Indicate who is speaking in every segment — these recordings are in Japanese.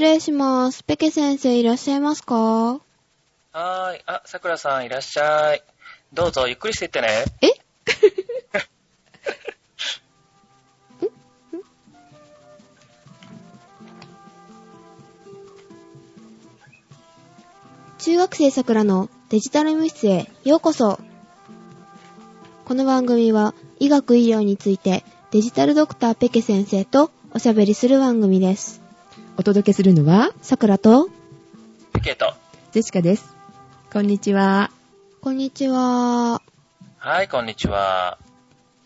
Speaker 1: 礼します。ペケ先生いらっしゃいますか
Speaker 2: はーい。あ、さくらさんいらっしゃい。どうぞ、ゆっくりしていってね。
Speaker 1: え中学生さくらのデジタル無室へようこそ。この番組は医学医療についてデジタルドクターペケ先生とおしゃべりする番組です。
Speaker 3: お届けするのは、
Speaker 1: さくらと、
Speaker 2: ピケと。
Speaker 3: ジェシカです。こんにちは。
Speaker 1: こんにちは。
Speaker 2: はい、こんにちは。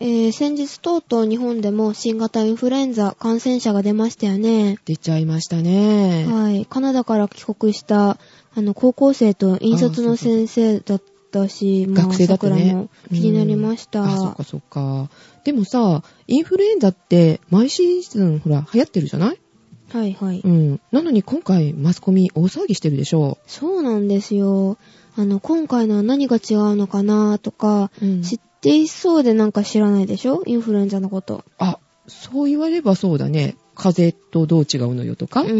Speaker 1: えー、先日とうとう日本でも新型インフルエンザ感染者が出ましたよね。
Speaker 3: 出ちゃいましたね。
Speaker 1: はい。カナダから帰国した、あの、高校生と引率の先生だったし、まあ
Speaker 3: 学生だった
Speaker 1: 桜
Speaker 3: ね
Speaker 1: も。気になりまし
Speaker 3: う
Speaker 1: た。
Speaker 3: んあ、そっかそっか。でもさ、インフルエンザって毎シーズン、ほら、流行ってるじゃない
Speaker 1: はいはい、
Speaker 3: うん。なのに今回、マスコミ大騒ぎしてるでしょ
Speaker 1: そうなんですよ。あの、今回のは何が違うのかなとか、
Speaker 3: う。うん
Speaker 1: 知っていそうでなんか知らないでしょインフルエンザのこと。
Speaker 3: あ、そう言わればそうだね。風邪とどう違うのよとか。
Speaker 1: うん。
Speaker 3: うんう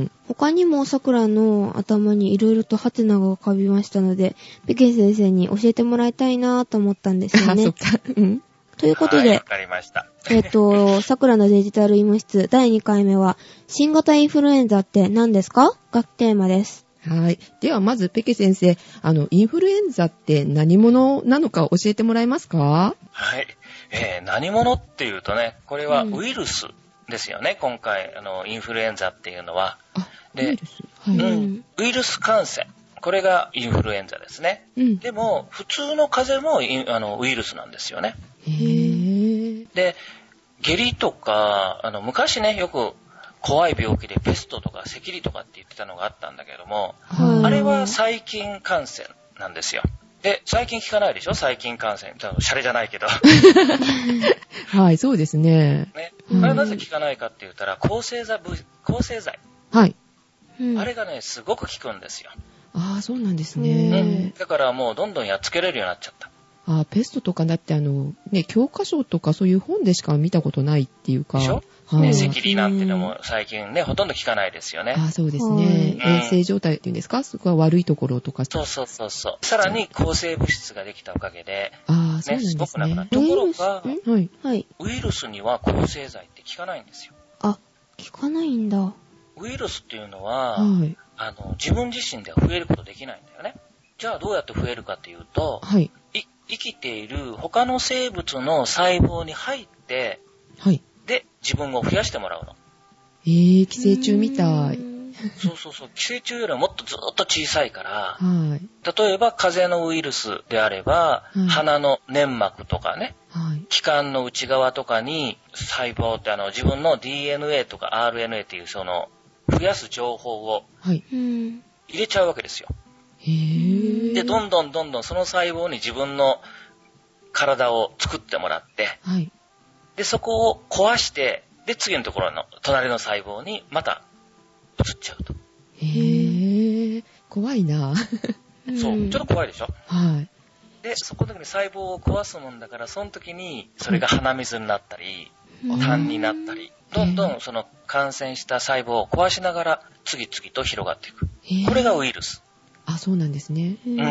Speaker 3: ん。
Speaker 1: 他にも桜の頭にいろいろとハテナが浮かびましたので、ペケン先生に教えてもらいたいなと思ったんですよ
Speaker 3: あ、そっ
Speaker 1: ね。
Speaker 3: か。うん。
Speaker 1: ということ
Speaker 2: はいわ、
Speaker 1: で、
Speaker 2: かりました。
Speaker 1: えっと、桜のデジタル医務室第2回目は、新型インフルエンザって何ですかがテーマです。
Speaker 3: はい。では、まず、ペケ先生、あの、インフルエンザって何者なのか教えてもらえますか
Speaker 2: はい。えー、何者っていうとね、これは
Speaker 1: うん
Speaker 2: ウイルスですよね、今回、あの、インフルエンザっていうのは。
Speaker 3: あ、
Speaker 2: で
Speaker 3: ウイルス。は
Speaker 1: う
Speaker 3: い。
Speaker 1: ん
Speaker 2: ウイルス感染。これがインフルエンザですね。
Speaker 3: うん。
Speaker 2: でも、普通の風邪もインあのウイルスなんですよね。
Speaker 3: へぇ
Speaker 2: で、下痢とか、あの、昔ね、よく怖い病気でペストとか赤痢とかって言ってたのがあったんだけども、
Speaker 1: うん
Speaker 2: あれは細菌感染なんですよ。で、最近聞かないでしょ細菌感染。多分シャレじゃないけど。
Speaker 3: はい、そうですね。
Speaker 2: ね。
Speaker 3: うん
Speaker 2: あれなぜ聞かないかって言ったら、抗生剤物、抗生剤。
Speaker 3: はい。
Speaker 1: うん
Speaker 2: あれがね、すごく効くんですよ。
Speaker 3: ああ、そうなんです
Speaker 1: う
Speaker 2: ね
Speaker 3: ね。
Speaker 2: だからもうどんどんやっつけれるようになっちゃった。
Speaker 3: あーペストとかだってあの、ね、教科書とかそういう本でしか見たことないっていうか。
Speaker 2: でしょ
Speaker 3: は
Speaker 2: ね、
Speaker 3: い。
Speaker 1: うん
Speaker 2: 赤痢なんてのも最近ね、ほとんど聞かないですよね。
Speaker 3: ああ、そうですね。
Speaker 2: はい
Speaker 3: 衛生状態っていうんですかそこは悪いところとか。
Speaker 2: そうそうそうそう。さらに抗生物質ができたおかげで、
Speaker 3: ああ、そう
Speaker 2: ね、
Speaker 3: なん
Speaker 2: す
Speaker 3: で
Speaker 2: ごく
Speaker 3: す
Speaker 2: なくなっ
Speaker 3: ね
Speaker 2: た。。ところが、
Speaker 1: ウイル
Speaker 3: はい。
Speaker 1: はい。
Speaker 2: ウイルスには抗生剤って効かないんですよ。
Speaker 1: あ、聞かないんだ。
Speaker 2: ウイルスっていうのは、
Speaker 3: はい。
Speaker 2: あの、自分自身では増えることできないんだよね。じゃあどうやって増えるかっていうと、
Speaker 3: はい。
Speaker 2: い生きている他の生物の細胞に入って、
Speaker 3: はい。
Speaker 2: で、自分を増やしてもらうの。
Speaker 3: えー、寄生虫みた
Speaker 1: う
Speaker 3: い。
Speaker 1: ん
Speaker 2: そうそうそう。寄生虫よりもっとずっと小さいから、
Speaker 3: はい。
Speaker 2: 例えば風邪のウイルスであれば、
Speaker 3: うん
Speaker 2: 鼻の粘膜とかね、
Speaker 3: はい。
Speaker 2: 気管の内側とかに細胞ってあの自分の DNA とか RNA っていうその増やす情報を
Speaker 3: はい。
Speaker 1: うん。
Speaker 2: 入れちゃうわけですよ。
Speaker 3: へぇ
Speaker 2: で、どんどんどんどんその細胞に自分の体を作ってもらって、
Speaker 3: はい。
Speaker 2: で、そこを壊して、で、次のところの、隣の細胞にまた移っちゃうと。
Speaker 3: へぇ怖いな。
Speaker 1: うん
Speaker 2: そう。ちょっと怖いでしょ
Speaker 3: はい。
Speaker 2: で、そこだけで細胞を壊すもんだから、その時に、それが鼻水になったり、
Speaker 1: うん
Speaker 2: 痰になったり、どんどんその感染した細胞を壊しながら、次々と広がっていく。
Speaker 3: へー
Speaker 2: これがウイルス。
Speaker 3: あ、そうなんですね。
Speaker 1: うん
Speaker 2: う
Speaker 3: うー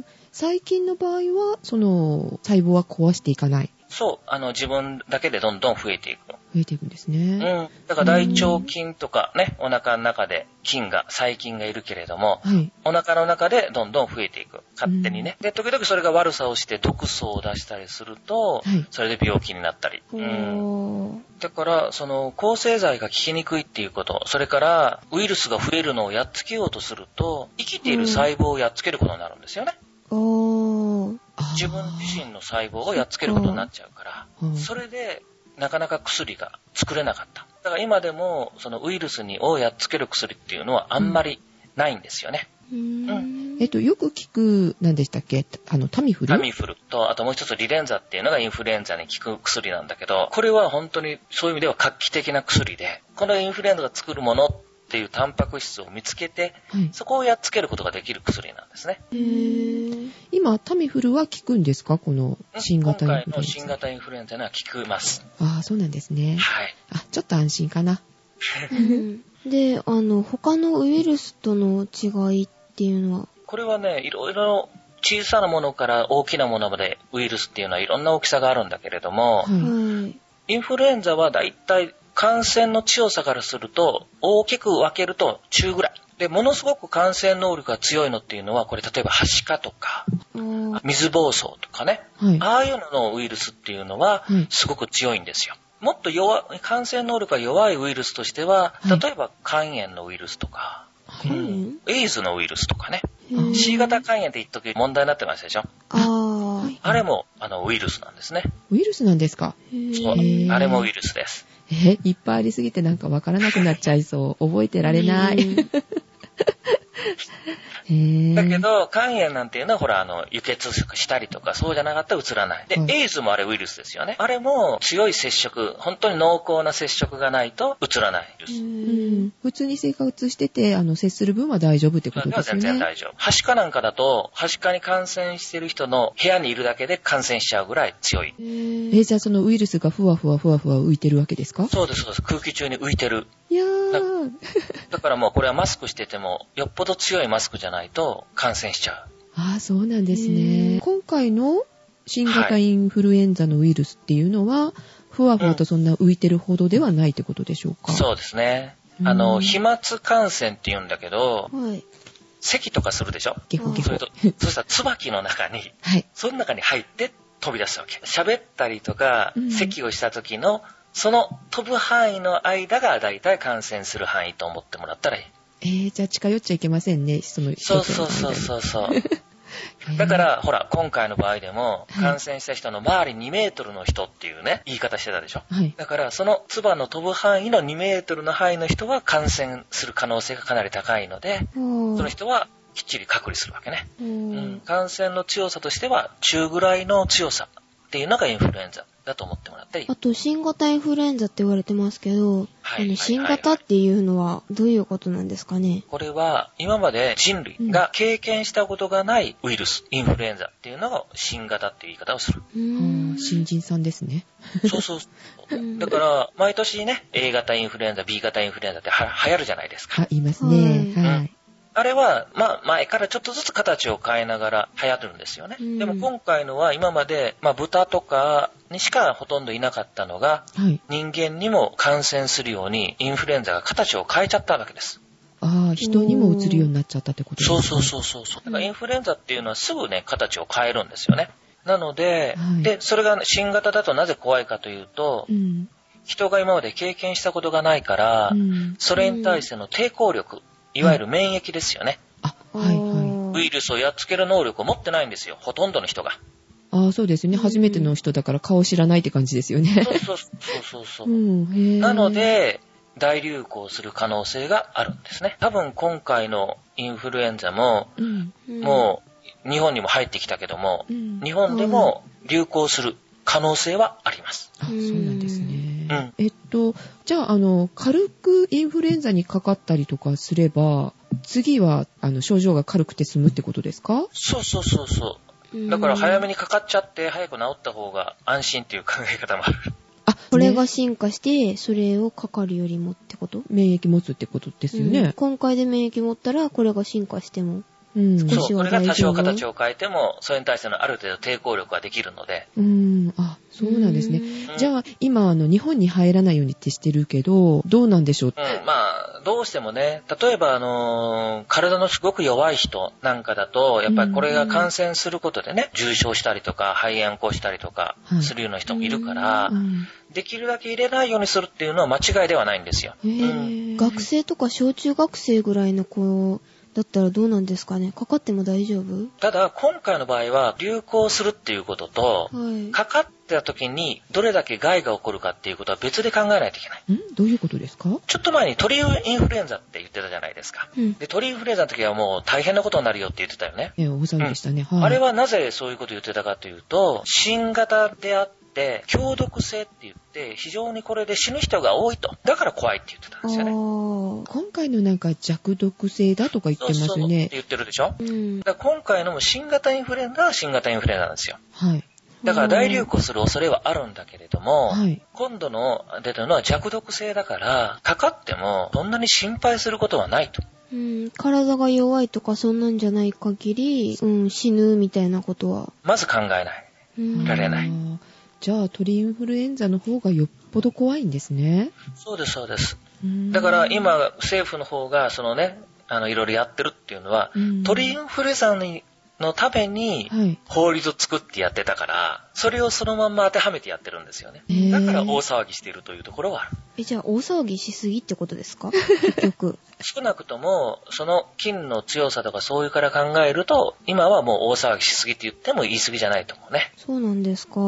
Speaker 3: ん最近の場合は、その、細胞は壊していかない。
Speaker 2: そう、あの、自分だけでどんどん増えていくの。
Speaker 3: 増えていくんです
Speaker 2: うん
Speaker 3: ね。。
Speaker 2: だから大腸菌とかね、お腹の中で菌が、細菌がいるけれども、
Speaker 3: はい。
Speaker 2: お腹の中でどんどん増えていく。勝手にね。で、時々それが悪さをして毒素を出したりすると
Speaker 3: はい、
Speaker 2: それで病気になったり。うん。
Speaker 1: おー
Speaker 2: だから、その、抗生剤が効きにくいっていうこと、それから、ウイルスが増えるのをやっつけようとすると、生きている細胞をやっつけることになるんですよね。
Speaker 1: おー
Speaker 3: あー
Speaker 2: 自分自身の細胞をやっつけることになっちゃうから。
Speaker 3: うん
Speaker 2: それで、なかなか薬が作れなかった。だから今でも、そのウイルスにをやっつける薬っていうのはあんまりないんですよね。
Speaker 1: うん
Speaker 3: えっと、よく聞く、何でしたっけあの、タミフル
Speaker 2: タミフルと、あともう一つリレンザっていうのがインフルエンザに効く薬なんだけど、これは本当にそういう意味では画期的な薬で、このインフルエンザが作るものっていうタンパク質を見つけて、
Speaker 3: はい。
Speaker 2: そこをやっつけることができる薬なんですね。
Speaker 1: へー
Speaker 3: 今、タミフルは効くんですかこの
Speaker 2: うん
Speaker 3: 新型イン
Speaker 2: 今回
Speaker 3: フルエン
Speaker 2: の
Speaker 3: ザ。
Speaker 2: 新型インフルエンザには効きます。
Speaker 3: ああ、そうなんですね。
Speaker 2: はい。
Speaker 3: あ、ちょっと安心かな。
Speaker 1: うんで、あの、他のウイルスとの違いっていうのは、
Speaker 2: これはね、いろいろ小さなものから大きなものまでウイルスっていうのはいろんな大きさがあるんだけれども、
Speaker 3: はい
Speaker 1: はい。
Speaker 2: インフルエンザはだいたい感染の強さからすると、大きく分けると中ぐらい。で、ものすごく感染能力が強いのっていうのは、これ例えばハシカとか、
Speaker 1: あー
Speaker 2: 水疱瘡とかね、
Speaker 3: はい。
Speaker 2: ああいうののウイルスっていうのは
Speaker 3: はい、
Speaker 2: すごく強いんですよ。もっと弱い、感染能力が弱いウイルスとしては
Speaker 3: は、い
Speaker 2: 例えば肝炎のウイルスとか、
Speaker 3: はい
Speaker 1: うん
Speaker 2: エイズのウイルスとかね、
Speaker 1: へー
Speaker 2: C 型肝炎って一時問題になってましたでしょ。
Speaker 1: あー
Speaker 2: あれも、あの、ウイルスなんですね。
Speaker 3: ウイルスなんですか
Speaker 1: へ
Speaker 2: そう
Speaker 1: ー。
Speaker 3: へー
Speaker 2: あれもウイルスです。
Speaker 3: え、いっぱいありすぎてなんかわからなくなっちゃいそう。覚えてられな
Speaker 1: う
Speaker 3: い。
Speaker 1: ん
Speaker 3: へー
Speaker 2: だけ、ど、肝炎なんていうのは、ほら、あの、輸血したりとか、そうじゃなかったら移らない。で
Speaker 3: は、い
Speaker 2: エイズもあれウイルスですよね。あれも、強い接触、本当に濃厚な接触がないと移らないウイルス。
Speaker 3: う
Speaker 1: うん
Speaker 3: ん、普通に生活してて、あの、接する分は大丈夫ってこ
Speaker 2: それで
Speaker 3: とで
Speaker 2: は
Speaker 3: す
Speaker 2: 全
Speaker 3: よ
Speaker 2: 然
Speaker 3: ね。
Speaker 2: 大丈夫。はしかなんかだと、はしかに感染してる人の部屋にいるだけで感染しちゃうぐらい強い。
Speaker 1: へ
Speaker 3: え、
Speaker 1: ー
Speaker 3: じゃあそのウイルスがふわふわふわふわ浮いてるわけですか
Speaker 2: そうです、そうです。空気中に浮いてる。
Speaker 3: いやー。
Speaker 2: だからもうこれはマスクしてても、よっぽど強いマスクじゃないと感染しちゃう。
Speaker 3: ああ、そうなんです
Speaker 1: へ
Speaker 3: ね
Speaker 1: ー。
Speaker 3: 今回の新型インフルエンザのウイルスっていうのは、ふわふわとそんな浮いてるほどではないってことでしょうか、
Speaker 2: そうですね。
Speaker 3: うん
Speaker 2: あの、飛沫感染って言うんだけど、
Speaker 1: はい。
Speaker 2: 咳とかするでしょ
Speaker 3: ゲホゲ
Speaker 2: それ。
Speaker 3: ホ
Speaker 2: と、そしたら椿の中に、
Speaker 3: はい。
Speaker 2: その中に入って飛び出すわけ。喋ったりとか
Speaker 3: う、ん
Speaker 2: 咳をした時の、その飛ぶ範囲の間がだいたい感染する範囲と思ってもらったらいい。
Speaker 3: えー、じゃあ近寄っちゃいけませんね、その一つ
Speaker 2: そ
Speaker 3: の
Speaker 2: うそうそう
Speaker 3: う。
Speaker 2: そうそう。
Speaker 3: へー
Speaker 2: だか、ら、ほら、今回の場合でも、
Speaker 3: はい
Speaker 2: 感染した人の周り2メートルの人っていうね、言い方してたでしょ。
Speaker 3: はい。
Speaker 2: だから、その唾の飛ぶ範囲の2メートルの範囲の人は感染する可能性がかなり高いので、
Speaker 1: そ
Speaker 2: その
Speaker 1: の
Speaker 2: 人はきっちり隔離するわけね。うん
Speaker 1: 人
Speaker 2: 感染の強さとしては、中ぐらいの強さっていうのがインフルエンザだと思ってもらっていい
Speaker 1: あ。と、新型インフルエンザって言われてますけど、
Speaker 2: はい
Speaker 1: あ
Speaker 2: は
Speaker 1: の
Speaker 2: い
Speaker 1: 新型っていうのはどういうことなんですかね
Speaker 2: これは、今まで人類が経験したことがないウイルス、インフルエンザっていうのを新型っていう言い方を する。
Speaker 1: うー
Speaker 3: あ
Speaker 1: ん
Speaker 3: ー新人さんですね。
Speaker 2: そうそうそう
Speaker 1: うん
Speaker 2: だから、毎年ね、A 型インフルエンザ、B 型インフルエンザっては流行るじゃないですか。
Speaker 3: あ、言いますね。
Speaker 1: はい
Speaker 3: はい。
Speaker 2: あれは、まあ、前からちょっとずつ形を変えながら流行るんですよね。
Speaker 1: うん
Speaker 2: でも今回のは今まで、まあ、豚とかにしかほとんどいなかったのが、
Speaker 3: はい。
Speaker 2: 人間にも感染するようにインフルエンザが形を変えちゃったわけです。
Speaker 3: ああ、人にも移るようになっちゃったってことです
Speaker 2: そう
Speaker 3: ね。
Speaker 2: そうそうそうそう。だからインフルエンザっていうのはすぐね、形を変えるんですよね。なので、
Speaker 3: はい
Speaker 2: で、それが新型だとなぜ怖いかというと、
Speaker 3: うん。
Speaker 2: 人が今まで経験したことがないから、
Speaker 3: うん。
Speaker 2: それに対しての抵抗力、いわゆる免疫ですよね。
Speaker 3: あ、はいはい。
Speaker 2: ウイルスをやっつける能力を持ってないんですよ、ほとんどの人が。
Speaker 3: ああ、そうですよね。初めての人だから顔知らないって感じですよね。
Speaker 2: そうそうそうそうそうう。
Speaker 3: ん、へえ。
Speaker 2: なの、で、大流行する可能性があるんですね。多分今回のインフルエンザも、
Speaker 3: うん。
Speaker 1: ル
Speaker 2: もう日本にも入ってきたけども
Speaker 3: う、ん。
Speaker 2: 日本でも流行する可能性はあります。
Speaker 3: あ、そうなんですね。
Speaker 2: うん
Speaker 3: えっと、じゃあ、あの、軽くインフルエンザにかかったりとかすれば、次は、あの、症状が軽くて済むってことですか
Speaker 2: そうそうそうそうう。
Speaker 1: ん
Speaker 2: だから早めにかかっちゃって、早く治った方が安心っていう考え方もある。
Speaker 3: あ、
Speaker 1: これ
Speaker 3: ね
Speaker 1: が進化して、それをかかるよりもってこと
Speaker 3: 免疫持つってことですよ
Speaker 1: うん
Speaker 3: ね。
Speaker 1: 今回で免疫持ったら、これが進化しても。
Speaker 3: うん。
Speaker 1: 少
Speaker 2: そう、
Speaker 1: し
Speaker 2: こ
Speaker 1: は
Speaker 2: れが
Speaker 1: 大
Speaker 2: 多
Speaker 1: 丈
Speaker 2: 少
Speaker 1: 夫
Speaker 2: 形を変えても、それに対してのある程度抵抗力ができるので、
Speaker 3: うん。あ、そうなんですね。
Speaker 1: う
Speaker 3: じゃあ、今、あの、日本に入らないようにってしてるけど、どうなんでしょう
Speaker 2: うん、まあ、どうしてもね、例えば、あのー体のすごく弱い人なんかだと、やっぱりこれが感染することでね、重症したりとか、肺炎を起こしたりとか
Speaker 3: はい
Speaker 2: するような人もいるから、
Speaker 3: うん。
Speaker 2: できるだけ入れないようにするっていうのは間違いではないんですよ。
Speaker 3: へ
Speaker 2: う
Speaker 3: え。
Speaker 1: 学生とか小中学生ぐらいの子だったらどうなんですかねかかっても大丈夫
Speaker 2: ただ、今回の場合は、流行するっていうことと、
Speaker 1: はい。
Speaker 2: かかった時にどれだけ害が起こるかっていうことは別で考えないといけない。
Speaker 3: んどういうことですか
Speaker 2: ちょっと前に鳥インフルエンザって言ってたじゃないですか。
Speaker 1: うん。
Speaker 2: で、鳥インフルエンザの時はもう大変なことになるよって言ってたよね。
Speaker 3: え、大騒ぎでしたね。はい。
Speaker 2: あれはなぜそういうことを言ってたかというと、新型であって、強毒性って言って、非常にこれで死ぬ人が多いと。だから怖いって言ってたん
Speaker 1: あ
Speaker 2: ですよね。
Speaker 1: ー。
Speaker 3: 今回のなんか弱毒性だとか言ってます
Speaker 2: そうそう
Speaker 3: よ
Speaker 2: って
Speaker 3: ね。
Speaker 2: 言ってるでしょ
Speaker 1: うん。
Speaker 2: だから今回のも新型インフルエンザは新型インフルエンザなんですよ。
Speaker 3: はい。
Speaker 2: だから大流行する恐れはあるんだけれども、
Speaker 3: はい。
Speaker 2: 今度の出たのは弱毒性だから、かかってもそんなに心配することはないと。
Speaker 1: うん、体が弱いとかそんなんじゃない限り、うん、死ぬみたいなことは。
Speaker 2: まず考えない。
Speaker 1: うん、
Speaker 2: られない
Speaker 3: あー。じゃあ、鳥インフルエンザの方がよっぽど怖いんですね。
Speaker 2: そうです、そうです。
Speaker 3: うん
Speaker 2: だから、今、政府の方が、そのね、あの、いろいろやってるっていうのは、
Speaker 3: うん
Speaker 2: 鳥インフルエンザにのために
Speaker 3: はい。
Speaker 2: 法律を作ってやってたから、それをそのまんま当てはめてやってるんですよね。
Speaker 3: へー
Speaker 2: だから大騒ぎしているというところはある。
Speaker 1: え、じゃあ大騒ぎしすぎってことですか結局。
Speaker 2: 少なくとも、その菌の強さとかそういうから考えると、今はもう大騒ぎしすぎって言っても言い過ぎじゃないと思うね。
Speaker 1: そうなんですか。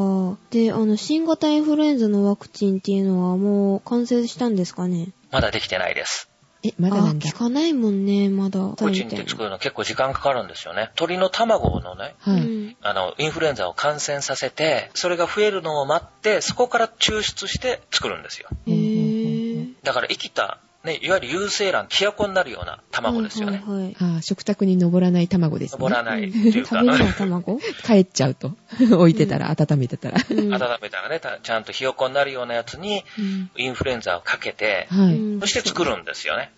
Speaker 1: で、あの、新型インフルエンザのワクチンっていうのはもう完成したんですかね
Speaker 2: まだできてないです。
Speaker 3: え、まだなん
Speaker 1: あ、
Speaker 3: だ
Speaker 1: 聞。かないもんね、まだ。
Speaker 2: 個人で作
Speaker 1: る。
Speaker 2: るの結構時間かかるんですよね。鳥の卵のね、
Speaker 1: う
Speaker 3: はい。
Speaker 1: ん。
Speaker 2: あの、インフルエンザを感染させて、それが増えるのを待って、そこから抽出して作るんですよ。
Speaker 1: へぇ
Speaker 2: だから生きた、ね、いわゆる有精卵、キヤコになるような卵ですよね。
Speaker 1: はいはいはい。
Speaker 3: あー食卓に上らない卵ですね
Speaker 2: 登。らないって
Speaker 1: うん
Speaker 2: いう
Speaker 1: 食
Speaker 2: か、
Speaker 1: べれない卵
Speaker 3: 帰っちゃうと。置いてたら、温めてたら。
Speaker 1: うん
Speaker 2: 温めたらね、たちゃんとひよこになるようなやつに、
Speaker 1: うん
Speaker 2: インフルエンザをかけて、
Speaker 3: はい。
Speaker 1: うん
Speaker 2: そして作るんですよね。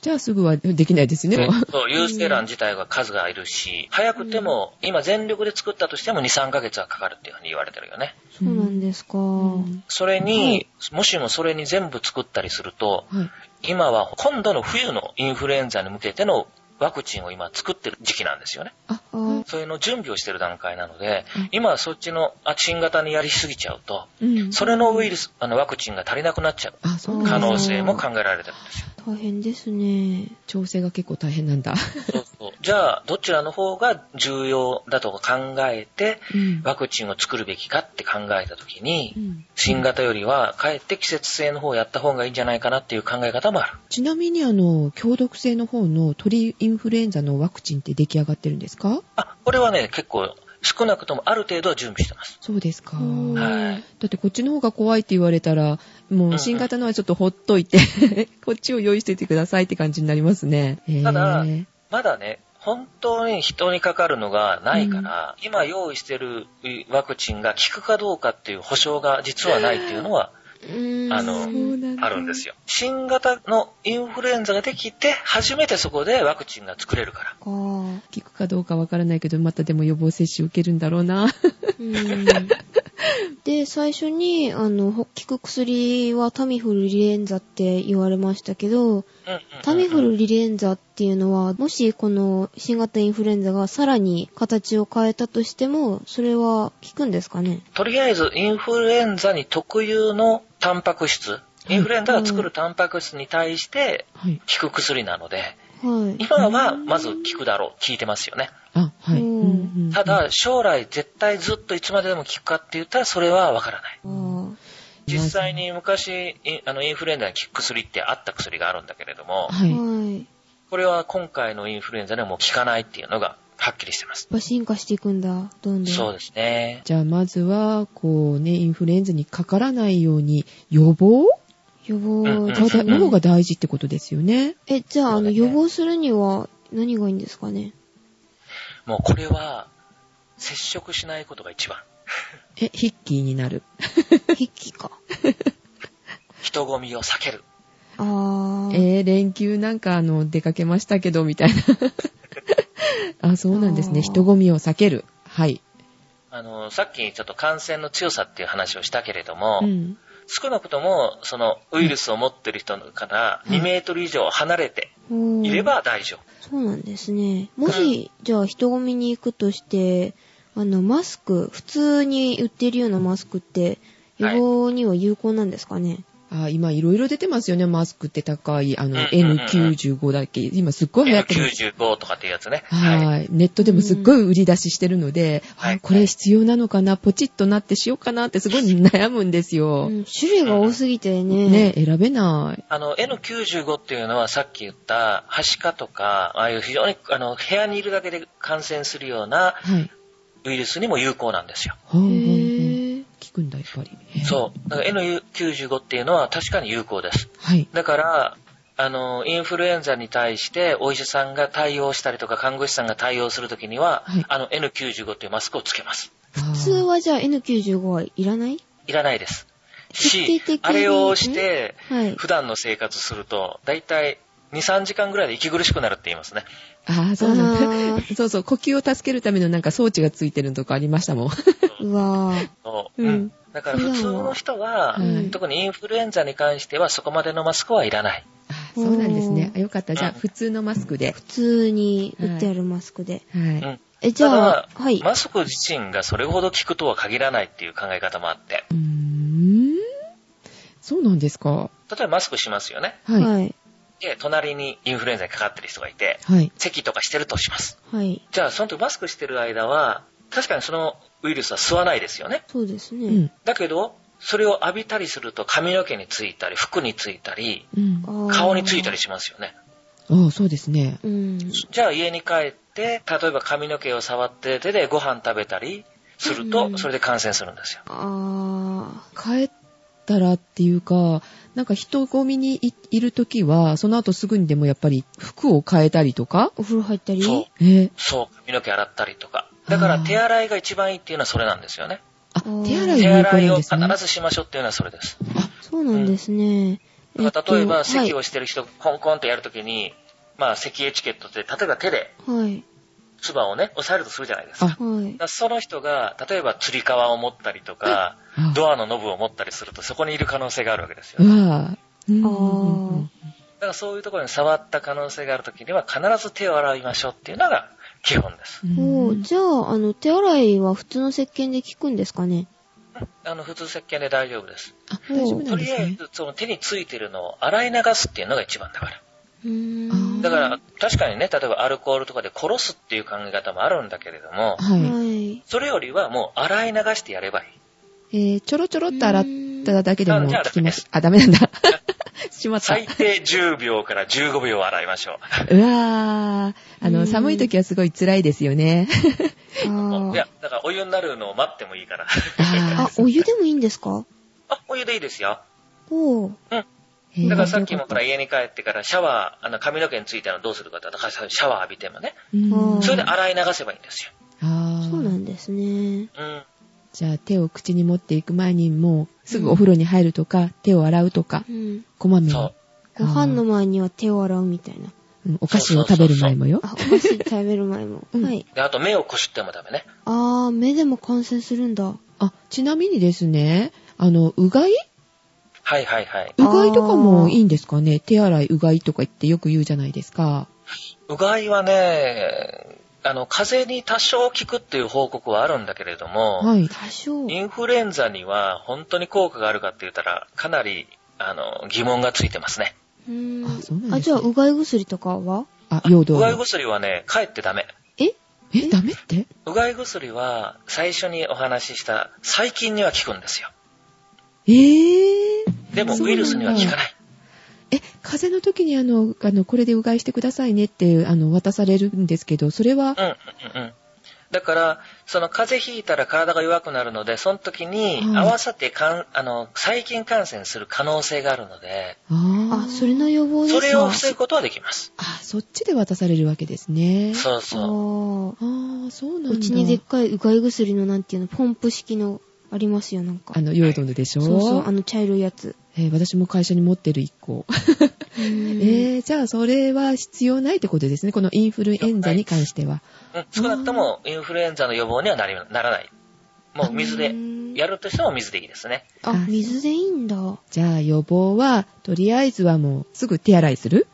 Speaker 3: じゃあすぐはできないですね。もう
Speaker 2: そう、有精卵自体が数がいるし、早くても、今全力で作ったとしても2、3ヶ月はかかるっていうふうに言われてるよね。
Speaker 1: そうなんですか。
Speaker 3: うん
Speaker 2: それに、もしもそれに全部作ったりすると、
Speaker 3: はい。
Speaker 2: 今は今度の冬のインフルエンザに向けてのワクチンを今作ってる時期なんですよね。
Speaker 3: あ、
Speaker 1: あ
Speaker 2: それの準備をしてる段階なので
Speaker 3: うん、
Speaker 2: 今はそっちのあ新型にやりすぎちゃうと、
Speaker 3: うん。
Speaker 2: それのウイルス、あのワクチンが足りなくなっちゃう
Speaker 3: あ、そう
Speaker 2: 可
Speaker 3: なんだ
Speaker 2: 能性も考えられてるんですよ。
Speaker 1: 大変ですね。
Speaker 3: 調整が結構大変なんだ。
Speaker 2: そうそうじゃあ、どちらの方が重要だと考えて、
Speaker 3: うん
Speaker 2: ワクチンを作るべきかって考えたときに、
Speaker 3: うん
Speaker 2: 新型よりは、かえって季節性の方をやった方がいいんじゃないかなっていう考え方もある。
Speaker 3: ちなみにあの、強毒性の方の鳥インフルエンザのワクチンって出来上がってるんですか
Speaker 2: あ、これはね、結構、少なくともある程度は準備してます。
Speaker 3: そうですか。
Speaker 1: うん
Speaker 3: だ
Speaker 2: はい
Speaker 3: ってこっちの方が怖いって言われたら、も
Speaker 2: んう
Speaker 3: うん新型のはちょっとほっといて、 こっちを用意しててくださいって感じになりますね。へー
Speaker 2: ただまだね、本当に人にかかるのがないから、今用意してるワクチンが効くかどうかっていう保証が実はないっていうのは
Speaker 1: うん。
Speaker 2: あの
Speaker 3: そうなんだ
Speaker 2: あるんですよ。新型のインフルエンザができて、初めてそこでワクチンが作れるから。
Speaker 1: か。うん。
Speaker 3: 聞くかどうかわからないけど、またでも予防接種受けるんだろうな。
Speaker 1: で、最初に、あの、ほ効く薬はタミフルリレンザって言われましたけど、
Speaker 2: うんうん
Speaker 1: タミフルリレンザっていうのは、もしこの新型インフルエンザがさらに形を変えたとしても、それは効くんですかね
Speaker 2: とりあえず、インフルエンザに特有のタンパク質、インフルエンザが作るタンパク質に対して
Speaker 3: はい。
Speaker 2: 効く薬なので、
Speaker 1: はい。
Speaker 2: 今はまず効くだろう、効いてますよね。
Speaker 3: あ、はい。
Speaker 1: うん
Speaker 3: うんうん
Speaker 2: ただ、将来絶対ずっといつまででも効くかって言ったら、それはわからない。
Speaker 1: あー
Speaker 2: 実際に昔、インあのインフルエンザに効く薬ってあった薬があるんだけれども、
Speaker 3: はい。
Speaker 1: はい。やっ
Speaker 2: これは今回のインフルエンザではもう効かないっていうのがはっきりしてます。
Speaker 1: ぱ進化していくんだ、どんどん。
Speaker 2: そうですね。
Speaker 3: じゃあまずは、こうね、インフルエンザにかからないように予防
Speaker 1: 予防
Speaker 2: うんうん
Speaker 1: です
Speaker 3: 体
Speaker 1: ね
Speaker 3: の方が大事ってことですよね。
Speaker 1: え、じゃあ、あ
Speaker 2: そう
Speaker 1: の、
Speaker 2: だね
Speaker 1: 予防するには何がいいんですかね
Speaker 2: もうこれは、接触しないことが一番。
Speaker 3: え、ヒッキーになる。
Speaker 1: 筆記か。
Speaker 2: 人混みを避ける。
Speaker 1: あー。
Speaker 3: えー連休なんかあの、出かけましたけど、みたい な。あ、そうなんです
Speaker 1: あー
Speaker 3: ね。人混みを避ける。はい。
Speaker 2: あの、さっきちょっと感染の強さっていう話をしたけれども、
Speaker 3: うん。
Speaker 2: 少なくとも、そのウイルスを持ってる人から2メートル以上離れて
Speaker 1: おー
Speaker 2: いれば大丈夫。
Speaker 1: そうなんですね。もし、じゃあ人混みに行くとして、あの、マスク、普通に売ってるようなマスクって、予防には有効なんですかね、
Speaker 3: あ今いろいろ出てますよね。マスクって高い、あの、
Speaker 2: うんうんうん
Speaker 3: N95 だっけ。今すっごい流行ってます。
Speaker 2: 95とかっていうやつね。
Speaker 3: はい、
Speaker 2: はい。
Speaker 3: ネットでもすっごい売り出ししてるので、
Speaker 2: はい
Speaker 3: あこれ必要なのかな、ポチッとなってしようかなってすごい悩むんですよ
Speaker 1: う。ん、種類が多すぎてね。
Speaker 3: ね、選べない。
Speaker 2: あの、N95 っていうのはさっき言った、はしかとか、ああいう非常に、あの、部屋にいるだけで感染するような
Speaker 3: はい。
Speaker 2: ウイルスにも有効なんですよ。
Speaker 3: ほうほうほう
Speaker 1: へー
Speaker 3: 聞くんだ、やっぱり。
Speaker 2: そう。だから N95 っていうのは確かに有効です。
Speaker 3: はい。
Speaker 2: だから、あの、インフルエンザに対してお医者さんが対応したりとか看護師さんが対応するときには、
Speaker 3: はい
Speaker 2: あの N95 っていうマスクをつけます。
Speaker 3: 普
Speaker 1: 普通はじゃあ N95 はいらない
Speaker 2: いらないです。
Speaker 1: 徹
Speaker 2: し
Speaker 1: 底的に、
Speaker 2: あれをして、
Speaker 1: はい。
Speaker 2: 普段の生活すると、だいたい2、3時間ぐらいで息苦しくなるって言いますね。
Speaker 3: ああ、そうなん
Speaker 1: あ
Speaker 3: だ。そうそう、呼吸を助けるためのなんか装置がついてるのとかありました もん。
Speaker 1: うわぁ。
Speaker 2: そう
Speaker 3: うん
Speaker 2: うんだから普通の人は
Speaker 3: う、ん
Speaker 2: 特にインフルエンザに関してはそこまでのマスクはいらない。
Speaker 3: あそうなんですね。あよかった。じゃあ、
Speaker 2: うん
Speaker 3: 普通のマスクで。
Speaker 1: 普通に売ってあるマスクで。
Speaker 3: はい。
Speaker 2: うん
Speaker 1: え、じゃあ、
Speaker 2: ただ
Speaker 1: はい。
Speaker 2: マスク自身がそれほど効くとは限らないっていう考え方もあって。
Speaker 3: うーん。そうなんですか。
Speaker 2: 例えばマスクしますよね。
Speaker 3: はい。はい。
Speaker 1: はい。
Speaker 2: で、隣にインフルエンザにかかってる人がいて、咳とかしてるとします。
Speaker 1: はい。
Speaker 2: じゃあ、その時マスクしてる間は、確かにそのウイルスは吸わないですよね。
Speaker 1: そうです
Speaker 3: う
Speaker 1: ね。
Speaker 3: ん。
Speaker 2: だけど、それを浴びたりすると髪の毛についたり、服についたり、
Speaker 3: うん。あ
Speaker 2: 顔についたり
Speaker 1: し
Speaker 2: しますよね。
Speaker 3: あ、そうですね。
Speaker 1: うん。
Speaker 2: じゃあ家に帰って、例えば髪の毛を触って手でご飯食べたりする
Speaker 1: う
Speaker 2: と、
Speaker 1: ん
Speaker 2: それで感染するんですよ。
Speaker 1: あ
Speaker 3: 帰ったらっていうか、なんか人混みにいいるときは、その後すぐにでもやっぱり服を変えたりとか
Speaker 1: ー、、お風呂入ったり
Speaker 2: そう。
Speaker 3: ね。
Speaker 2: そう、髪の毛洗ったりとか。だから手洗いが一番いいっていうのはそれなんですよね。
Speaker 3: あ、
Speaker 1: うん
Speaker 3: 手洗い
Speaker 2: 手
Speaker 3: 有効
Speaker 2: 洗い
Speaker 3: なん
Speaker 2: を
Speaker 3: です
Speaker 2: 必
Speaker 3: ね。
Speaker 2: ずしましょうっていうのはそれです。
Speaker 1: そうなんですね。
Speaker 2: だから例えば、
Speaker 1: 席
Speaker 2: 咳をしてる人、コンコンとやるときに、まあ、咳エチケットって、例えば手で
Speaker 1: はい。
Speaker 2: 唾をね、押さえるとするじゃないですか。
Speaker 3: あ
Speaker 2: だ
Speaker 1: はい
Speaker 2: か。らその人が、例えば、つり革を持ったりとか、
Speaker 3: あ
Speaker 2: ドアのノブを持ったりすると、そこにいる可能性があるわけですよ
Speaker 3: う
Speaker 2: ね。
Speaker 3: わぁ。うん
Speaker 1: あ
Speaker 2: だから、そういうところに触った可能性があるときには、必ず手を洗いましょうっていうのが基本です。
Speaker 3: うん
Speaker 1: おーじゃあ、あの、手洗いは普通の石鹸で効くんですかね
Speaker 2: あの、普通石鹸で大丈夫です。
Speaker 3: あ、大丈夫な
Speaker 2: と
Speaker 3: んで
Speaker 2: り
Speaker 3: す
Speaker 2: あえ
Speaker 3: ね。
Speaker 2: ず、その手についてるのを洗い流すっていうのが一番だから。
Speaker 1: うー
Speaker 3: あ
Speaker 1: ん。
Speaker 3: ー
Speaker 2: だから、確かにね、例えばアルコールとかで殺すっていう考え方もあるんだけれども、
Speaker 3: は
Speaker 1: はい。
Speaker 2: それよりはもう洗い流してやればいい。
Speaker 3: い。えー、ちょろちょろっと洗っただけでも
Speaker 2: うん
Speaker 3: 聞きます。あ、ダメなんだ。 しまった。
Speaker 2: 最低10秒から15秒洗いましょ
Speaker 3: うわぁ。あ
Speaker 1: う
Speaker 3: の、
Speaker 1: ん
Speaker 3: 寒い時はすごい辛いですよね。
Speaker 1: あ
Speaker 2: う。い
Speaker 1: ー
Speaker 2: や、だからお湯になるのを待ってもいいから。
Speaker 1: あ
Speaker 3: あ、
Speaker 1: お湯でもいいんですか
Speaker 2: あ、お湯でいいですよ。
Speaker 1: おー。
Speaker 3: えー
Speaker 2: だからさっきもほら
Speaker 3: よ
Speaker 2: 家に帰ってからシャワー、あの髪の毛についたのどうするかって、だからシャワー浴びてもね。
Speaker 3: かった
Speaker 2: それで洗い流せばいいんですよ。
Speaker 3: あー
Speaker 1: そうなんですね。
Speaker 2: うん。
Speaker 3: じゃあ手を口に持っていく前にもうすぐお風呂に入るとか、手を洗うとか
Speaker 1: う、ん。
Speaker 3: こまめに
Speaker 2: そう。
Speaker 1: ご飯の前には手を洗うみたいな。
Speaker 3: うんお菓子を食べる前もよ。
Speaker 1: あ、お菓子食べる前も。
Speaker 3: うん
Speaker 1: はい。
Speaker 2: で、あと目をこすってもダメね。
Speaker 1: あー、目でも感染するんだ。
Speaker 3: あ、ちなみにですね、あの、うがい
Speaker 2: はいはいはい。
Speaker 3: うがいとかもいいんですかね手洗い、うがいとか言ってよく言うじゃないですか。
Speaker 2: うがいはね、あの、風邪に多少効くっていう報告はあるんだけれども、
Speaker 3: はい。
Speaker 1: 多少。
Speaker 2: インフルエンザには本当に効果があるかって言ったら、かなり、あの、疑問がついてますね。
Speaker 1: うーん
Speaker 3: あそうなんですね
Speaker 1: あ、じゃあ、うがい薬とかは
Speaker 3: あ、用
Speaker 2: う
Speaker 3: 道。
Speaker 2: がい薬はね、かえってダメ。
Speaker 1: え
Speaker 3: え、ダメって
Speaker 2: うがい薬は、最初にお話しした、細菌には効くんですよ。
Speaker 3: えぇ、
Speaker 2: でも、
Speaker 3: そう
Speaker 2: ウ
Speaker 3: なんだ
Speaker 2: イルスには効かない。
Speaker 3: え、風邪の時にあの、あの、これでうがいしてくださいねって、あの、渡されるんですけど、それは、
Speaker 2: うん、うん、うん。だから、その風邪ひいたら体が弱くなるので、その時に
Speaker 3: うん
Speaker 2: 合わさってかん、あの、細菌感染する可能性があるので、
Speaker 3: あ
Speaker 1: あ、
Speaker 3: ー
Speaker 1: それの予防です
Speaker 2: そ
Speaker 1: か
Speaker 2: れを防ぐことはできます。
Speaker 3: あ、そっちで渡されるわけですね。
Speaker 2: そうそう。
Speaker 1: あ
Speaker 3: あーそうな
Speaker 1: ー。
Speaker 3: ん
Speaker 1: う
Speaker 3: だ。
Speaker 1: ちにでっかいうがい薬のなんていうの、ポンプ式のありますよ、なんか
Speaker 3: あ。の、ヨードルでしょ
Speaker 1: そうそう、あの茶色いやつ。
Speaker 3: えー私も会社に持ってる一個。
Speaker 1: うーん
Speaker 3: えー、じゃあそれは必要ないってことですね。このインフルエンザに関しては。
Speaker 2: うん、少なくとも、インフルエンザの予防にはなりならない。もう水で、やるとしても水でいいですね。
Speaker 1: あ、水でいいんだ。
Speaker 3: じゃあ予防は、とりあえずはもうすぐ手洗いする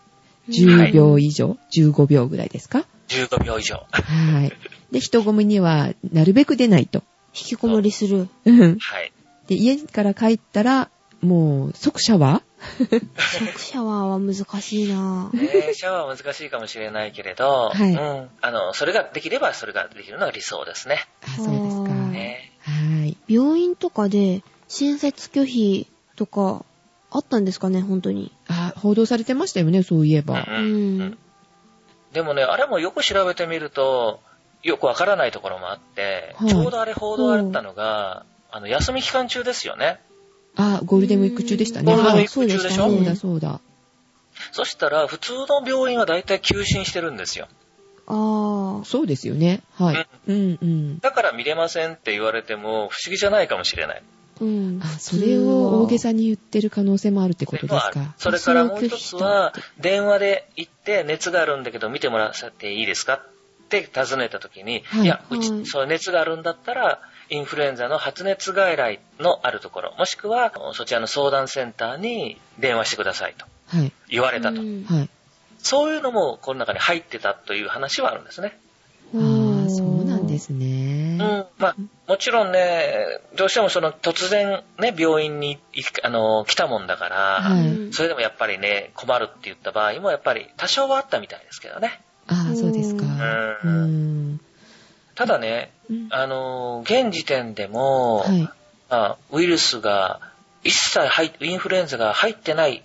Speaker 2: は
Speaker 3: 10
Speaker 2: い
Speaker 3: 秒以上、15秒ぐらいですか
Speaker 2: 15秒以上。
Speaker 3: はい。で、人混みにはなるべく出ないと。
Speaker 1: 引きこもりする。
Speaker 3: うん
Speaker 2: はい。
Speaker 3: で、家から帰ったら、もう即シャワ
Speaker 1: 即シャワーは難しいなぁ。
Speaker 2: ねシャワーは難しいかもしれないけれど、
Speaker 3: はい
Speaker 2: うん。あの、それができれば、それができるのが理想ですね。
Speaker 3: ーあ、そうですか。
Speaker 1: あー
Speaker 2: ね
Speaker 3: はい。
Speaker 1: 病院とかで診察拒否とかあったんですかね、本当に。
Speaker 3: あ、報道されてましたよね、そういえば。
Speaker 2: うんうんうんでもね、あれもよく調べてみると、よくわからないところもあって、
Speaker 3: はい
Speaker 2: ちょうどあれ報道あったのが、あの、休み期間中ですよね。
Speaker 3: あ、ゴールデンウィーク中でしたね。
Speaker 2: ゴールデンウィーク
Speaker 1: そうした
Speaker 2: 中でし
Speaker 3: あ
Speaker 2: ょ
Speaker 3: そう
Speaker 1: ね
Speaker 3: だそうだ。
Speaker 2: そしたら、普通の病院は大体休診してるんですよ。
Speaker 1: ああ。
Speaker 3: そうですよね。はい。うんうん。
Speaker 2: だから見れませんって言われても不思議じゃないかもしれない。
Speaker 1: うん。
Speaker 3: あ、それを大げさに言ってる可能性もあるってことですか。
Speaker 2: それからもう一つは、電話で行って、熱があるんだけど見てもらっていいですかって尋ねた時に、
Speaker 3: はい
Speaker 2: い、や、う
Speaker 1: はい
Speaker 2: ち、そう熱があるんだったら、インフルエンザの発熱外来のあるところ、もしくは、そちらの相談センターに電話してくださいと
Speaker 3: はい。
Speaker 2: 言われたと。
Speaker 1: うん
Speaker 3: はい。
Speaker 2: そういうのも、この中に入ってたという話はあるんですね。
Speaker 3: あーそうなんで。すね
Speaker 2: う。ん、まあ、もちろんね、どうしてもその突然ね、病院に行くあの来たもんだから、
Speaker 1: う
Speaker 3: は
Speaker 1: ん
Speaker 3: い
Speaker 1: うん
Speaker 2: それでもやっぱりね、困るって言った場合もやっぱり多少はあったみたいですけどね。
Speaker 3: ああ、そうです
Speaker 1: う
Speaker 3: か。うんん。
Speaker 2: ただね、
Speaker 3: うん
Speaker 2: あのー現時点でも、
Speaker 3: はい。
Speaker 2: まあウイルスが一切入っインフルエンザが入ってない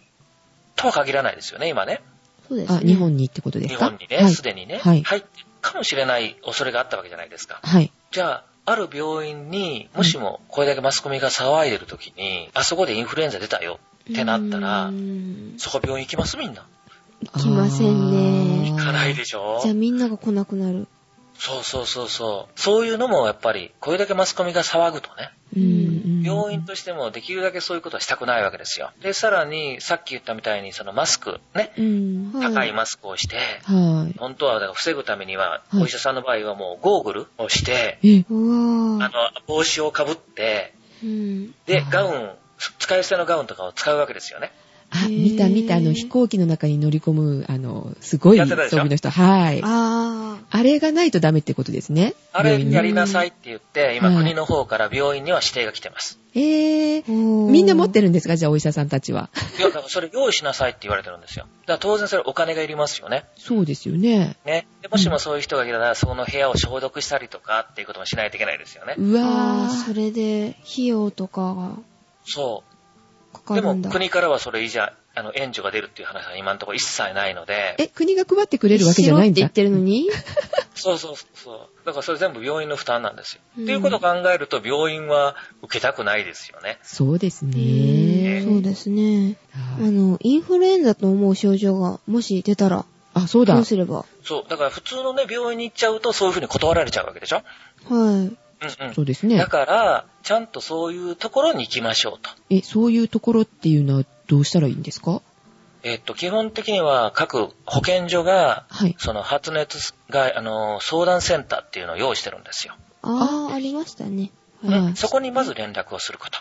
Speaker 2: とは限らないですよね、今ね。
Speaker 1: そうです
Speaker 3: あ、
Speaker 1: ね。
Speaker 3: 日本にってことで
Speaker 2: 日
Speaker 3: すか
Speaker 2: 本に
Speaker 3: は
Speaker 2: ね、
Speaker 3: い
Speaker 2: す、で、にね、
Speaker 3: はい
Speaker 2: 入ってるかもしれない恐れがあったわけじゃないですか。
Speaker 3: はい。
Speaker 2: じゃあ、ある病院に、もしもこれだけマスコミが騒いでる時に、あそこでインフルエンザ出たよってなったら
Speaker 1: う、ん
Speaker 2: そこ病院行きますみんな。
Speaker 1: 行きませんね
Speaker 3: あー
Speaker 2: 行かないでしょ
Speaker 1: じゃあみんなが来なくなる。
Speaker 2: そうそうそうそう。そういうのもやっぱり、これだけマスコミが騒ぐとね、
Speaker 3: うんうん
Speaker 2: 病院としてもできるだけそういうことはしたくないわけですよ。で、さらに、さっき言ったみたいに、そのマスク、ね、
Speaker 3: うん。
Speaker 1: はい
Speaker 2: 高いマスクをして、
Speaker 3: は
Speaker 2: 本当はだから防ぐためには、
Speaker 3: はい
Speaker 2: お医者さんの場合はもうゴーグルをして、
Speaker 3: い。え、
Speaker 1: う
Speaker 2: あ
Speaker 1: わ
Speaker 2: の
Speaker 1: ぁ。、
Speaker 2: 帽子をかぶって、
Speaker 1: うん。
Speaker 2: で
Speaker 3: あ、ー
Speaker 2: ガウン、使い捨てのガウンとかを使うわけですよね。
Speaker 3: あ、見た見た、あの、飛行機の中に乗り込む、あの、すごい
Speaker 2: や
Speaker 3: 装
Speaker 2: ってたでしょ
Speaker 3: 備の人。はい。あ
Speaker 1: あ
Speaker 3: れがないとダメってことですね。
Speaker 2: あ
Speaker 3: 病
Speaker 2: れ
Speaker 3: 院
Speaker 2: や
Speaker 3: ね
Speaker 2: りなさいって言って、今
Speaker 3: はい
Speaker 2: 国の方から病院には指定が来てます。
Speaker 3: え
Speaker 1: あ。
Speaker 3: ー、み
Speaker 1: み
Speaker 3: んな持ってるんですかじゃあ、お医者さんたちは。
Speaker 2: いや、だからそれ用意しなさいって言われてるんですよ。だから当然それお金がいりますよね。
Speaker 3: そうですよね。
Speaker 2: ね。でもしもそういう人がいたら、その部屋を消毒したりとかっていうこともしないといけないですよね。
Speaker 3: うわ
Speaker 1: ああ、そ
Speaker 3: ー。
Speaker 1: れで費用とかが
Speaker 2: そ
Speaker 1: か
Speaker 2: う。
Speaker 1: か
Speaker 2: で
Speaker 1: る
Speaker 2: も
Speaker 1: んだ。
Speaker 2: 国からはそれ以上、あの、援助が出るっていう話は今のところ一切ないので、
Speaker 3: え、国が配ってくれるわけじゃないん
Speaker 1: しろ
Speaker 3: だ
Speaker 1: って言っ。てるのに。
Speaker 2: そうそうそう。だからそれ全部病院の負担なんですよ。
Speaker 1: うん
Speaker 2: っていうことを考えると、病院は受けたくないですよね。
Speaker 3: そうです
Speaker 1: うん
Speaker 3: ね。
Speaker 1: そうですね。あ
Speaker 3: はい
Speaker 1: の、インフルエンザと思う症状がもし出たら、
Speaker 3: あ、そう
Speaker 1: ど
Speaker 3: だ
Speaker 1: う。すれば
Speaker 2: そう。だから普通のね、病院に行っちゃうと、そういうふうに断られちゃうわけでしょ
Speaker 1: は
Speaker 2: うんうん
Speaker 3: そうですね
Speaker 2: だ。から、ちゃんとそういうところに行きましょうと。
Speaker 3: え、そういうところっていうのはどうしたらいいんですか
Speaker 2: えっと、基本的には各保健所が、
Speaker 3: はい。
Speaker 2: その発熱が、あの、相談センターっていうのを用意してるんですよ。
Speaker 1: い。ああ、ありましたね。
Speaker 3: は
Speaker 1: はいい。
Speaker 2: うんそこにまず連絡をすること。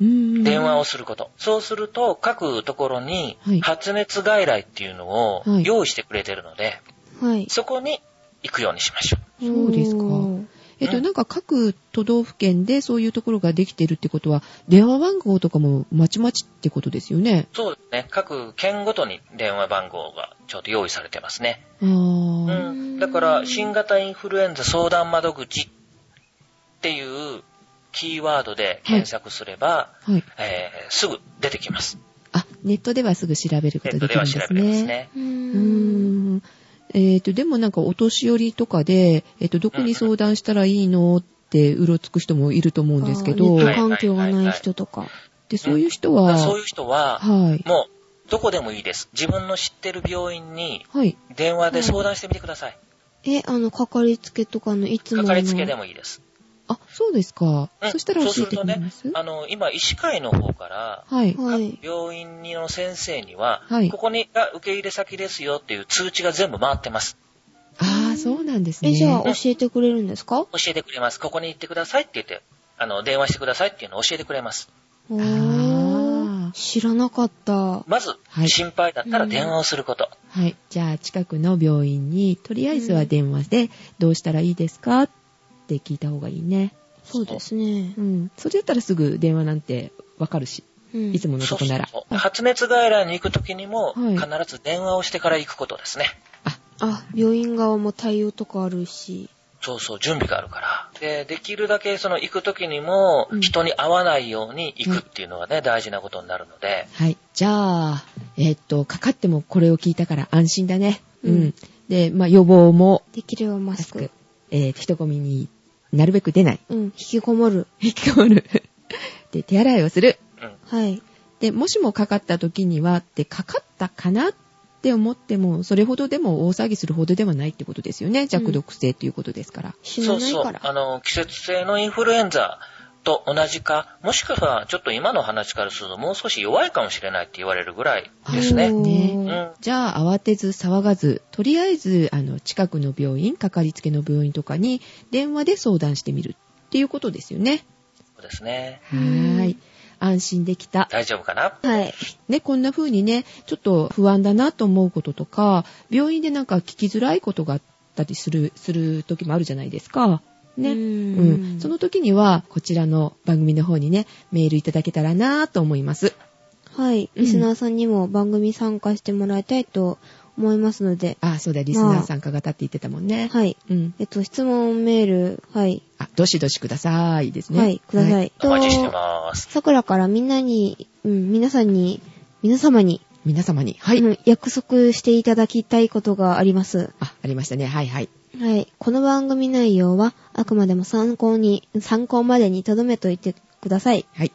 Speaker 3: うん
Speaker 2: 電話をすること。そうすると、各ところに
Speaker 3: はい
Speaker 2: 発熱外来っていうのを
Speaker 3: はい
Speaker 2: 用意してくれてるので、
Speaker 1: はい。
Speaker 2: そこに行くようにしましょう。
Speaker 3: そうですか
Speaker 1: おー
Speaker 3: えっと、なんか各都道府県でそういうところができてるってことは、電話番号とかもまちまちってことですよね。
Speaker 2: そうですね。各県ごとに電話番号がちょっと用意されてますね。
Speaker 3: あ
Speaker 2: う
Speaker 3: ー。
Speaker 2: ん。だから、新型インフルエンザ相談窓口っていうキーワードで検索すれば、
Speaker 3: はい。
Speaker 2: えーすぐ出てきます。
Speaker 3: あ、ネットではすぐ調べるこ
Speaker 2: ネ
Speaker 3: と
Speaker 2: ット
Speaker 3: で
Speaker 2: で
Speaker 3: きるん
Speaker 2: は
Speaker 3: で
Speaker 2: 調べ
Speaker 3: す
Speaker 2: れます
Speaker 3: ね。
Speaker 2: ね。
Speaker 1: うー
Speaker 3: うー
Speaker 1: ん。
Speaker 3: ん。えっと、でもなんかお年寄りとかで、えっと、どこに相談したらいいのって、うろつく人もいると思うんですけど、
Speaker 1: ネッ
Speaker 2: は
Speaker 1: ト
Speaker 2: い
Speaker 1: 環境がない人とか。
Speaker 3: で、そういう人
Speaker 2: だか
Speaker 3: は、
Speaker 2: らそういう人は、
Speaker 3: はい。
Speaker 2: もう、どこでもいいです。自分の知ってる病院に
Speaker 3: はい。
Speaker 2: 電話で相談してみてください。
Speaker 1: え、あの、かかりつけとかのいつも
Speaker 2: か
Speaker 1: の。
Speaker 2: かりつけでもいいです。
Speaker 3: あ、そうですか。
Speaker 2: うん
Speaker 3: そしたら教えて
Speaker 2: そうする
Speaker 3: くれ
Speaker 2: とね
Speaker 3: ます、
Speaker 2: あの、今、医師会の方から、
Speaker 3: はい。
Speaker 1: はい。
Speaker 2: 病院の先生には、
Speaker 3: はい
Speaker 2: ここにが受け入れ先ですよっていう通知が全部回ってます。
Speaker 3: ああ、そうなんですね。
Speaker 1: え、じゃあ教えてくれるんですか
Speaker 2: 教えてくれます。ここに行ってくださいって言って、あの、電話してくださいっていうのを教えてくれます。
Speaker 1: おー
Speaker 3: あー
Speaker 1: 知らなかった。
Speaker 2: まず、
Speaker 3: はい
Speaker 2: 心配だったら電話をすること。
Speaker 3: はい。じゃあ、近くの病院に、とりあえずは電話で、どうしたらいいですかって聞いた方がいいね。
Speaker 1: そうですね
Speaker 3: う。ん。それだったらすぐ電話なんてわかるし、
Speaker 1: うん
Speaker 3: いつものとこなら。
Speaker 2: そうそうそう発熱外来に行くときにも、
Speaker 3: はい
Speaker 2: 必ず電話をしてから行くことですね。
Speaker 1: あ、病院側も対応とかあるし。
Speaker 2: そうそう、準備があるから。で、できるだけその行くときにも
Speaker 3: うん、
Speaker 2: 人に会わないように行くっていうのがね、大事なことになるので、
Speaker 3: はい。じゃあ、えーっと、かかってもこれを聞いたから安心だね。うん。
Speaker 1: うん
Speaker 3: で、まあ、予防も、
Speaker 1: できればマ
Speaker 3: マ
Speaker 1: ス
Speaker 3: スク
Speaker 1: ク。、
Speaker 3: えー人混みになるべく出ない。
Speaker 1: うん、引きこもる。
Speaker 3: 引きこもる。で、手洗いをする。
Speaker 2: うん。
Speaker 1: はい。
Speaker 3: で、もしもかかった時には、で、かかったかなっって思っても、それほどでも大騒ぎするほどではないってことですよね。弱毒性ということですから。
Speaker 1: 死
Speaker 2: そ
Speaker 1: な
Speaker 2: う
Speaker 1: ない
Speaker 2: そう
Speaker 1: から。
Speaker 2: あの季節性のインフルエンザと同じかもしくはちょっと今の話からするともう少し弱いかもしれないって言われるぐらいです
Speaker 1: お
Speaker 2: ね。
Speaker 1: ー
Speaker 2: う
Speaker 3: ね
Speaker 2: ん、
Speaker 3: じゃあ、慌てず、騒がず、とりあえず、あの、近くの病院、かかりつけの病院とかに、電話で相談してみるっていうことですよね。
Speaker 2: そうですね。
Speaker 3: は
Speaker 1: ん
Speaker 3: ーい。安心できた。
Speaker 2: 大丈夫かな
Speaker 1: はい。
Speaker 3: ね、こんな風にね、ちょっと不安だなと思うこととか、病院でなんか聞きづらいことがあったりする、する時もあるじゃないですか。ね。
Speaker 1: う
Speaker 3: うん
Speaker 1: ん。
Speaker 3: その時には、こちらの番組の方にね、メールいただけたらなと思います。
Speaker 1: はい。
Speaker 3: うん
Speaker 1: リスナーさんにも番組参加してもらいたいと思いますので。
Speaker 3: あ、そうだ、リスナーさんかが立って言ってたもんね。
Speaker 1: はい。
Speaker 3: うん。
Speaker 1: えっと、質問メール、はい。
Speaker 3: あ、どしどしくださいですね。
Speaker 1: はい、ください。
Speaker 2: お待ちして
Speaker 1: と、
Speaker 2: ます。
Speaker 1: さくらからみんなに、うん、皆さんに、皆様に、
Speaker 3: 皆様に。はい。
Speaker 1: うん約束していただきたいことがあります。
Speaker 3: あ、ありましたね。はいはい。
Speaker 1: はい。この番組内容は、あくまでも参考に、参考までに留めといてください。
Speaker 3: はい。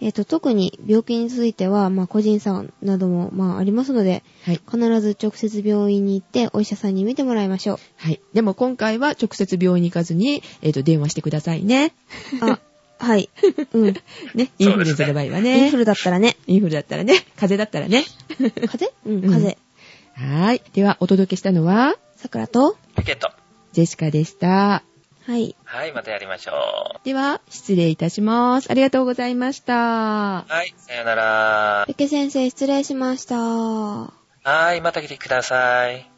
Speaker 1: えっ、と、特に病気については、まあ、個人差なども、まあ、ありますので、
Speaker 3: はい。
Speaker 1: 必ず直接病院に行って、お医者さんに見てもらいましょう。
Speaker 3: はい。でも今回は直接病院に行かずに、えっ、と、電話してくださいね。
Speaker 1: あ、はい。うん。
Speaker 3: ね。インフルエンザの場合はね。
Speaker 1: インフルだったらね。
Speaker 3: インフルだったらね、風邪だったらね。
Speaker 1: 風邪うん、
Speaker 3: うん
Speaker 1: 風邪。
Speaker 3: はーい。では、お届けしたのは、
Speaker 1: さくらと
Speaker 2: ポケット。
Speaker 3: ジェシカでした。
Speaker 1: はい。
Speaker 2: はい、またやりましょう。
Speaker 3: では、失礼いたします。ありがとうございました。
Speaker 2: はい、さよなら。
Speaker 1: ペケ先生、失礼しました。
Speaker 2: はい、また来てください。